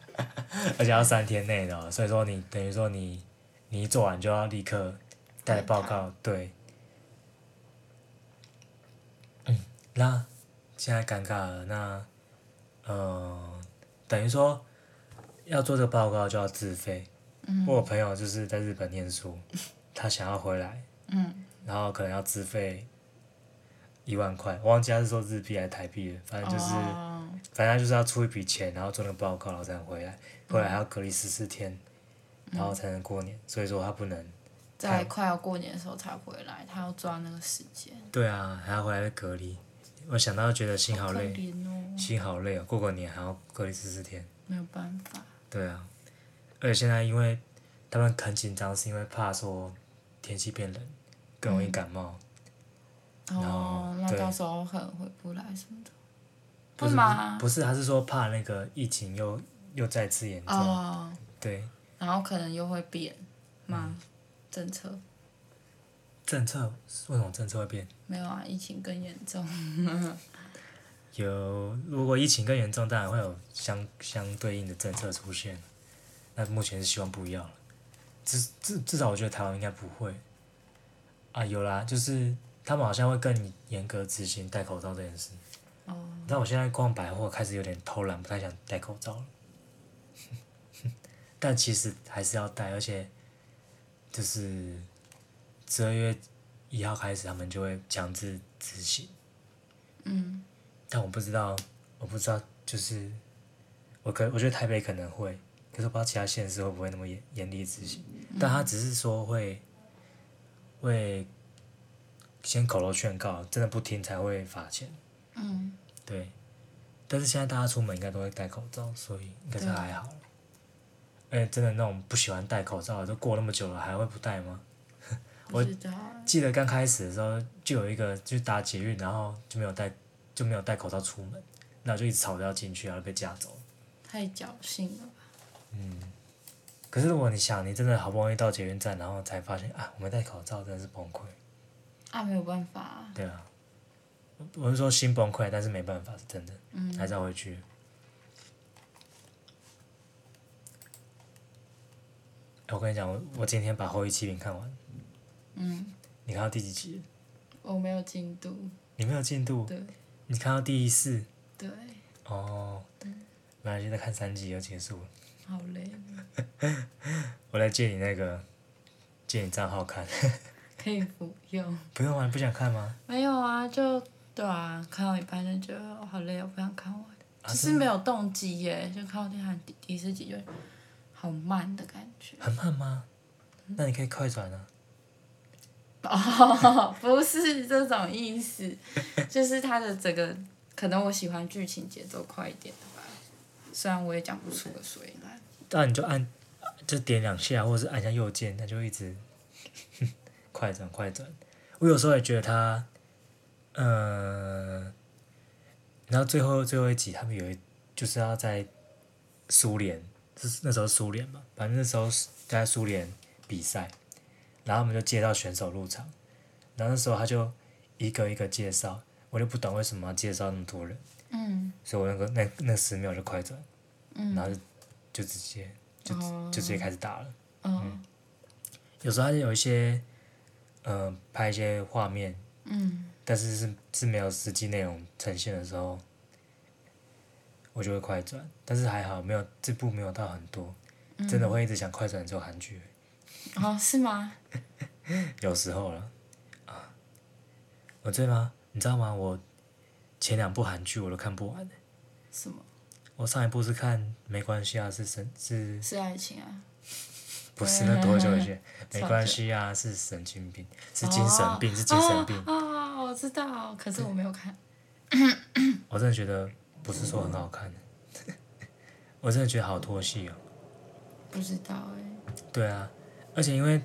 而且要三天内的哦、所以说你等于说你你一做完就要立刻带报告，对。嗯，那现在尴尬了，那呃，等于说要做这个报告就要自费。嗯我有朋友就是在日本念书，他想要回来，嗯，然后可能要自费一万块，我忘记他是说日币还是台币了，反正就是。哦、反正他就是要出一笔钱，然后做那个报告，然后才能回来。回来还要隔离十四天，然后才能过年。所以说他不能。在快要过年的时候才回来，他要抓那个时间。对啊，还要回来隔离。我想到觉得心好可累，怜哦，心好累哦。过个年还要隔离十四天。没有办法。对啊，而且现在因为他们很紧张，是因为怕说天气变冷更容易感冒。哦，然后那对到时候可能回不来什么的，不是会吗？不是，他是说怕那个疫情又又再次严重。哦，对，然后可能又会变吗？嗯政策政策为什么政策会变？没有啊，疫情更严重。有，如果疫情更严重，当然会有相相对应的政策出现。那目前是希望不要了，至至至少我觉得台湾应该不会。啊，有啦，就是他们好像会更严格执行戴口罩这件事。哦，但我现在逛百货开始有点偷懒，不太想戴口罩了。 但其实还是要戴，而且就是十二月一号开始，他们就会强制执行。嗯，但我不知道，我不知道，就是我可我觉得台北可能会，可是我不知道其他县市会不会那么严严厉执行。但他只是说会会先口头劝告，真的不听才会罚钱。嗯，对，但是现在大家出门应该都会戴口罩，所以应该是还好。而且真的那种不喜欢戴口罩的，都过那么久了还会不戴吗？不知道。记得刚开始的时候，就有一个就搭捷运，然后就没有戴就没有戴口罩出门，那我就一直吵着要进去，然后被架走。太侥幸了吧？可是如果你想，你真的好不容易到捷运站，然后才发现啊，我没戴口罩，真的是崩溃。啊，没有办法、啊，对啊，我是说心崩溃，但是没办法，是真的，嗯还是要回去。哎我跟你讲，我我今天把《后裔七零》看完，嗯，你看到第几集？我没有进度，你没有进度，对你看到第四对，哦，本来就在看三集就结束了。好累，我来借你那个，借你账号看， 可以不用。不用吗？啊你不想看吗？没有啊，就对啊，看到一半就觉得哦好累，我不想看完，啊只是没有动机耶，就看到第三第第四集就好慢的感觉。很慢吗？那你可以快转啊。哦， 不是这种意思，就是它的整个，可能我喜欢剧情节奏快一点的吧，虽然我也讲不出个所以然。那你就按，就点两下，或者是按下右键，它就一直 快转快转。我有时候也觉得它，呃，然后最后最后一集他们有一就是要在苏联，是那时候苏联嘛，反正那时候是在苏联比赛，然后我们就介绍选手入场，然后那时候他就一个一个介绍，我就不懂为什么要介绍那么多人，嗯所以我那个那那十秒就快转，嗯然后就就直接就直哦就直接开始打了。嗯有时候它有一些，呃，拍一些画面，嗯，但是是是没有实际内容呈现的时候，我就会快转。但是还好没有这部没有到很多，嗯真的会一直想快转之后韩剧，哦是吗？有时候了啊。我对吗？你知道吗？我前两部韩剧我都看不完、欸什么？我上一部是看没关系啊，是神是是爱情啊？不是那多久以前？超没久关系啊，是神经病，是精神病，是精神病。 啊、我知道，可是我没有看。我真的觉得不是说很好看， 我真的觉得好拖戏哦。不知道哎、对啊，而且因为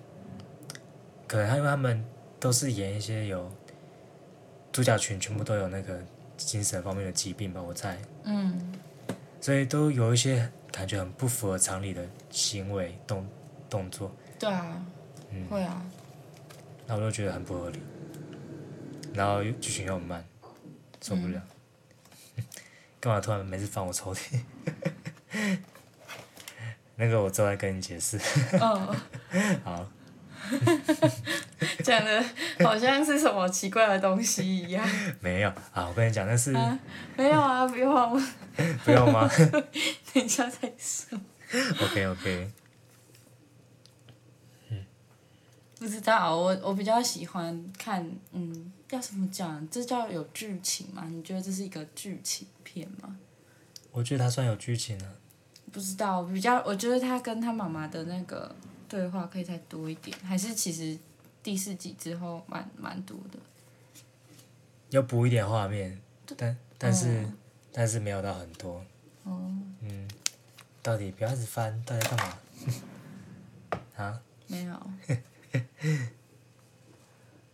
可能他因为他们都是演一些有主角群全部都有那个精神方面的疾病吧，我猜，嗯，所以都有一些感觉很不符合常理的行为动动作，对啊，嗯会啊，那我就觉得很不合理，然后又剧情又很慢，受不了。嗯 干嘛突然每次翻我抽屉？ 那个我之后再跟你解释。 嗯，好，讲的好像是什么奇怪的东西一样。没有啊，我跟你讲，那是啊没有啊，不用啊，我不用吗等一下再说。 ？OK OK，不知道，我我比较喜欢看，嗯，要怎么讲？这叫有剧情吗？你觉得这是一个剧情片吗？ 我觉得它算有剧情了、不知道，比较我觉得他跟他妈妈的那个对话可以再多一点，还是其实第四集之后蛮蛮多的。要补一点画面，但但是、嗯但是没有到很多。哦，嗯，到底不要一直翻，到底干嘛？ 啊，没有，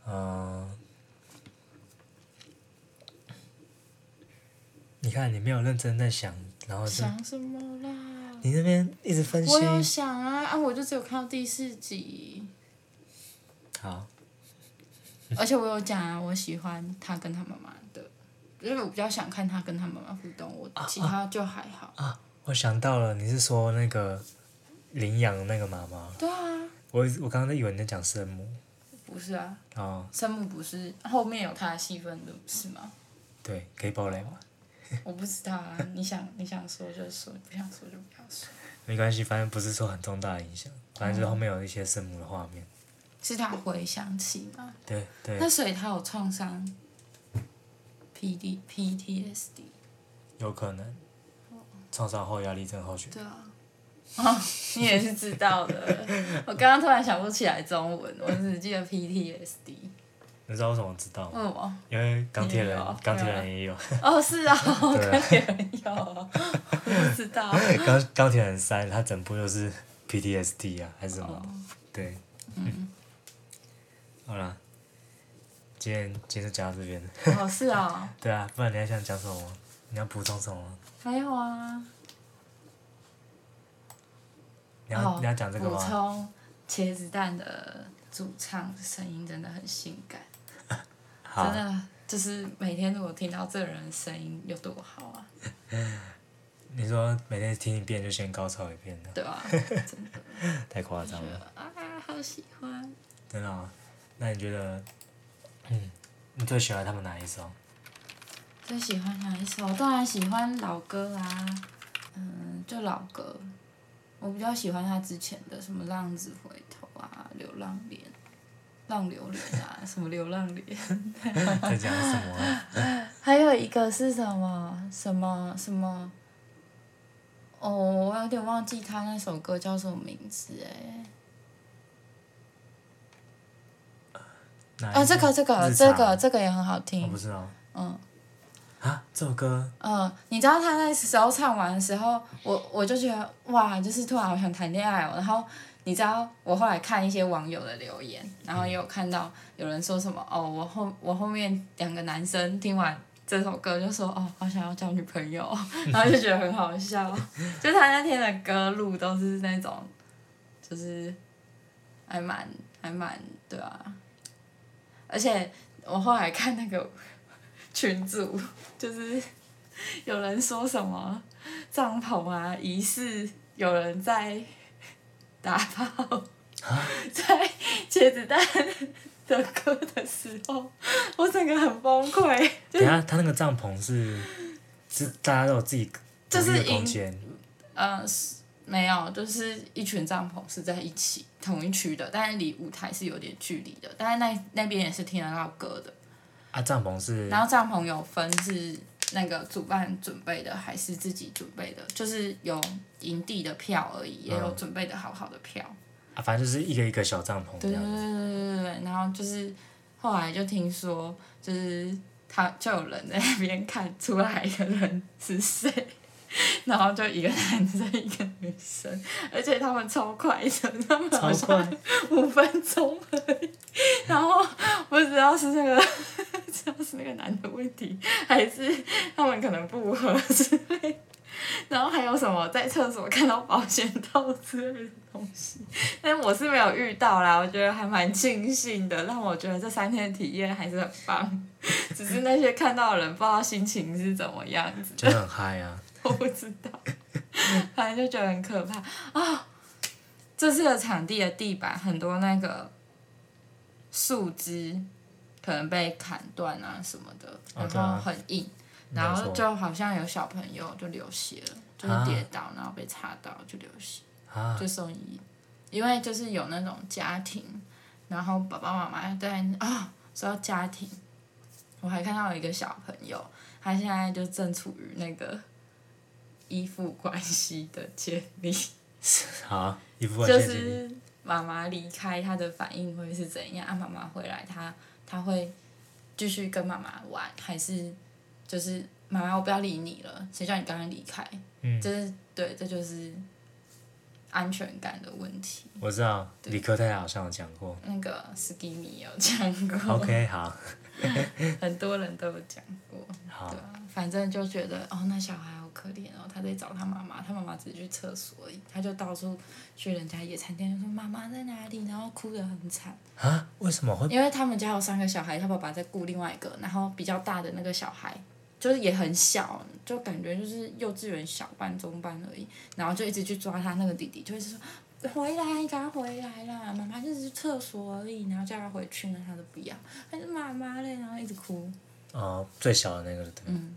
嗯、你看你没有认真在想，然后就想什么啦？你那边一直分析我，有想啊啊！我就只有看到第四集，好，而且我有讲啊，我喜欢他跟他妈妈的，因为我比较想看他跟他妈妈互动，我其啊他就还好。我想到了，你是说那个领养的那个妈妈？对啊，我我刚刚在以为你在讲圣母不是啊，哦，生母不是后面有他的戏份的是吗？对，可以爆雷吗？我不知 道啊，你想你想说就说，不想说就不要说。没关系，反正不是说很重大的影响，反正就是后面有一些圣母的画面。是他回想起吗？对对那，所以他有创伤，P D P T S D，有可能创伤后压力症候群。对啊。哦，你也是知道 的。我刚刚突然想不起来中文，我只记得 PTSD。你知道为什么我知道为吗？什么？因为钢铁嗯也人有，钢铁人也有，哦，是 啊，我对啊跟别人有，我不知道。 钢钢铁人三，他整部就是 PTSD 啊，还是什么的哦，对， 好啦，今天今天就讲到这边了。哦，是啊，对啊，不然你还想讲什么？你要补充什么？还有啊。你要、哦你要讲这个补吗？充茄子蛋的主唱声音真的很性感，真好，的就是每天我听到这个人的声音有多好啊，你说每天听一遍就先高潮一遍的，对吧、真 的太夸张觉了，得啊，好喜欢。真的、哦。那你觉得，嗯，你最喜欢他们哪一 首？最喜欢哪一首？当然喜欢老歌啊，嗯，就老歌。我比较喜欢他之前的什么《浪子回头》啊，《流浪脸》、《浪流连》 啊，什么《流浪脸》。在讲什么啊？还有一个是什么什么什么？哦，我有点忘记他那首歌叫什么名字哎。哪啊，一这个这个日这常个这个也很好我听不。知道嗯啊，这首歌嗯，你知道他那时候唱完的时候，我我就觉得哇，就是突然好想谈恋爱哦。然后你知道我后来看一些网友的留言，然后也有看到有人说什么哦，我后我后面两个男生听完。这首歌就说哦，好想要交女朋友，然后就觉得很好笑。就他那天的歌路都是那种，就是还蛮还蛮对啊。而且我后来看那个群组，就是有人说什么帐篷啊，疑似有人在打炮， 在茄子蛋的歌的时候，我整个很崩溃。等一下他那个帐篷是是大家都有自己独就是立的营空间，呃，是没有，就是一群帐篷是在一起同一区的，但是离舞台是有点距离的，但是那那边也是听得到歌的。啊，帐篷是然后帐篷有分是那个主办准备的，还是自己准备的？就是有营地的票而已，也有准备的好好的票。啊，反正就是一个一个小帐篷这对对样对子。对对对。然后就是后来就听说，就是他就有人在那边看出来一个人是谁。 然后就一个男生，一个女生，而且他们超快的，他们好超快像 五分钟而已。然后不知道是那个， 不知道是那个男的问题，还是他们可能不合之类的。然后还有什么在厕所看到保险套之类的东西，但我是没有遇到啦，我觉得还蛮庆幸的，让我觉得这三天的体验还是很棒。只是那些看到的人不知道心情是怎么样子，就很嗨啊！ 我不知道，反正就觉得很可怕啊、这次的场地的地板很多那个树枝可能被砍断啊什么的，哦然对啊后很硬，没有然错后就好像有小朋友就流血了，就是啊跌倒然后被插到就流血，啊，就送医，因为就是有那种家庭，然后爸爸妈妈在啊说到家庭，我还看到有一个小朋友，他现在就正处于那个依附关系的建立，好，一部分就谢谢你是妈妈离开，他的反应会是怎样？啊，妈妈回来，他他会继续跟妈妈玩，还是就是妈妈我不要理你了，谁叫你刚刚离开？嗯这是对，这就是安全感的问题。我知道理科太太好像有讲 过。那个 Skimmy 有讲过 OK，好，很多人都有讲过，好对，啊，反正就觉得哦，那小孩好可怜哦，他在找他妈妈，他妈妈只是去厕所而已，他就到处去人家野餐店，就说妈妈在哪里，然后哭得很惨，啊，为什么会？因为他们家有三个小孩，他爸爸在顾另外一个，然后比较大的那个小孩就是也很小，就感觉就是幼稚园小班中班而已，然后就一直去抓他那个弟弟，就一直说。回来，赶快回来啦！妈妈就是去厕所而已，然后叫他回去呢，他都不要，他是妈妈嘞，然后一直哭。哦，最小的那个对不对。嗯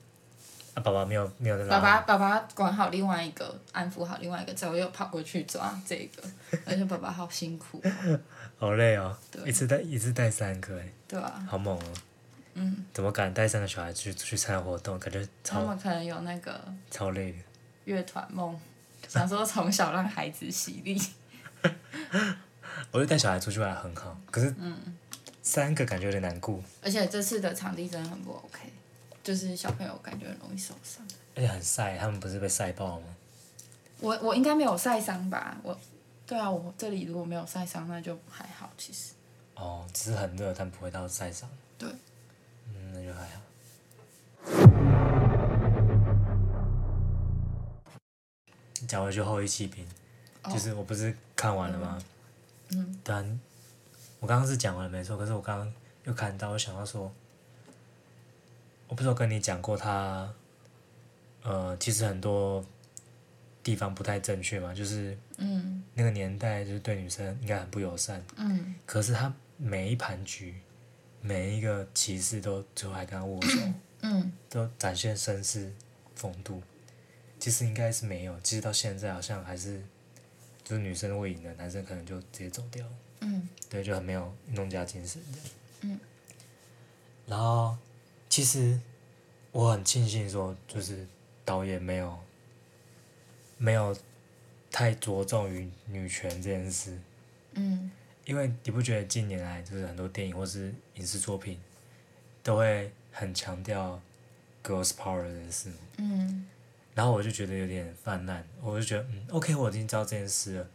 啊，爸爸没有没有在爸拉。爸爸爸管好另外一个，安抚好另外一个，之后又跑过去抓这个，而且爸爸好辛苦，哦好累哦，对一次带一次带三个哎，对啊吧、好猛哦。嗯，怎么敢带三个小孩去去参加活动？感觉他超们可能有那个超累的。乐团梦，想说从小让孩子洗礼。我觉得带小孩出去玩很好，可是三个感觉有点难顾，而且这次的场地真的很不 OK，就是小朋友感觉很容易受伤。而且很晒，他们不是被晒爆吗？我我应该没有晒伤吧？我，对啊，我这里如果没有晒伤，那就还好。其实，哦，只是很热，但不会到晒伤。对，嗯，那就还好。讲回去后羿弃兵，哦就是我不是看完了吗？嗯，对啊，你我刚刚是讲完了没错，可是我刚刚又看到，我想要说，我不是有跟你讲过他，呃，其实很多地方不太正确嘛，就是嗯那个年代就是对女生应该很不友善，嗯，可是他每一盘局，每一个骑士都最后还跟他握手，嗯，都展现绅士风度。其实应该是没有，其实到现在好像还是，就是女生会赢的，男生可能就直接走掉了。嗯，对，就很没有运动家精神这样。嗯。然后，其实我很庆幸说，就是导演没有，没有太着重于女权这件事。嗯，因为你不觉得近年来就是很多电影或是影视作品都会很强调 girls power 这件事，嗯，然后我就觉得有点泛滥，我就觉得嗯，OK，我已经知道这件事了，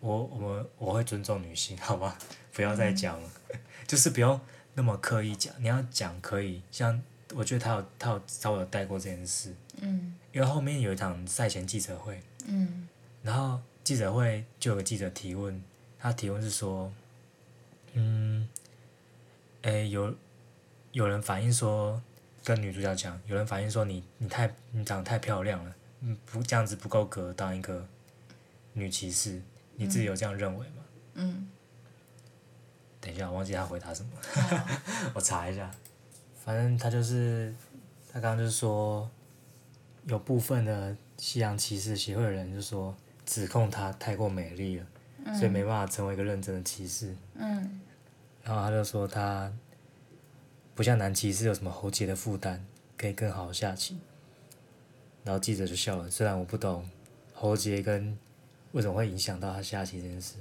我我们我会尊重女性，好吧，不要再讲了， 就是不用那么刻意讲，你要讲可以，像我觉得他有他有稍微有带过这件事，嗯，因为后面有一场赛前记者会，嗯，然后记者会就有个记者提问，他提问是说，嗯，诶，有有人反映说，跟女主角讲，有人反映说你你太你长得太漂亮了，嗯，不这样子不够格当一个女骑士，你自己有这样认为吗？嗯，等一下，我忘记他回答什么。好 我查一下，反正他就是他刚刚就是说，有部分的西洋骑士协会的人就说指控她太过美丽了，所以没办法成为一个认真的骑士。嗯然后他就说他不像男骑士有什么喉结的负担，可以更好地下棋。然后记者就笑了，虽然我不懂喉结跟为什么会影响到他下棋这件事，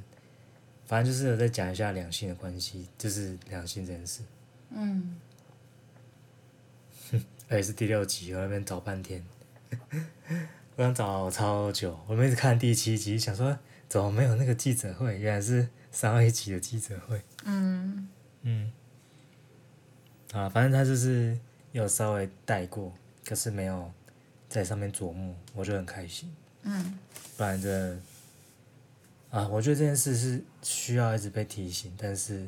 反正就是有在讲一下两性的关系，就是两性这件事。嗯，而且是第六集，我在那边找半天， 我想找超久，我们一直看第七集，想说怎么没有那个记者会，原来是上一集的记者会。嗯，嗯，啊，反正他就是有稍微带过，可是没有在上面琢磨，我就很开心。嗯，不然这，啊，我觉得这件事是需要一直被提醒，但是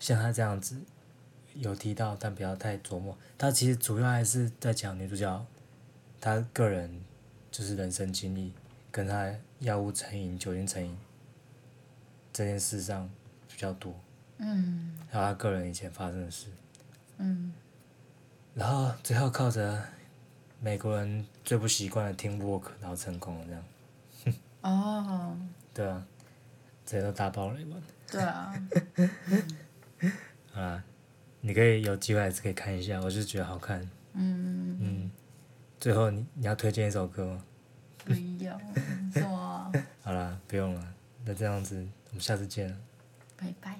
像他这样子有提到，但不要太琢磨。他其实主要还是在讲女主角她个人就是人生经历，跟她药物成瘾、酒精成瘾这件事上比较多。嗯，还有他个人以前发生的事，嗯。然后最后靠着美国人最不习惯的 team work，然后成功了这样，哦，对啊，这都大爆雷吧？对啊，啊，你可以有机会还是可以看一下，我就觉得好看。嗯，嗯，最后你你要推荐一首歌吗？不一样，什么？好啦，不用了，那这样子我们下次见了。拜拜。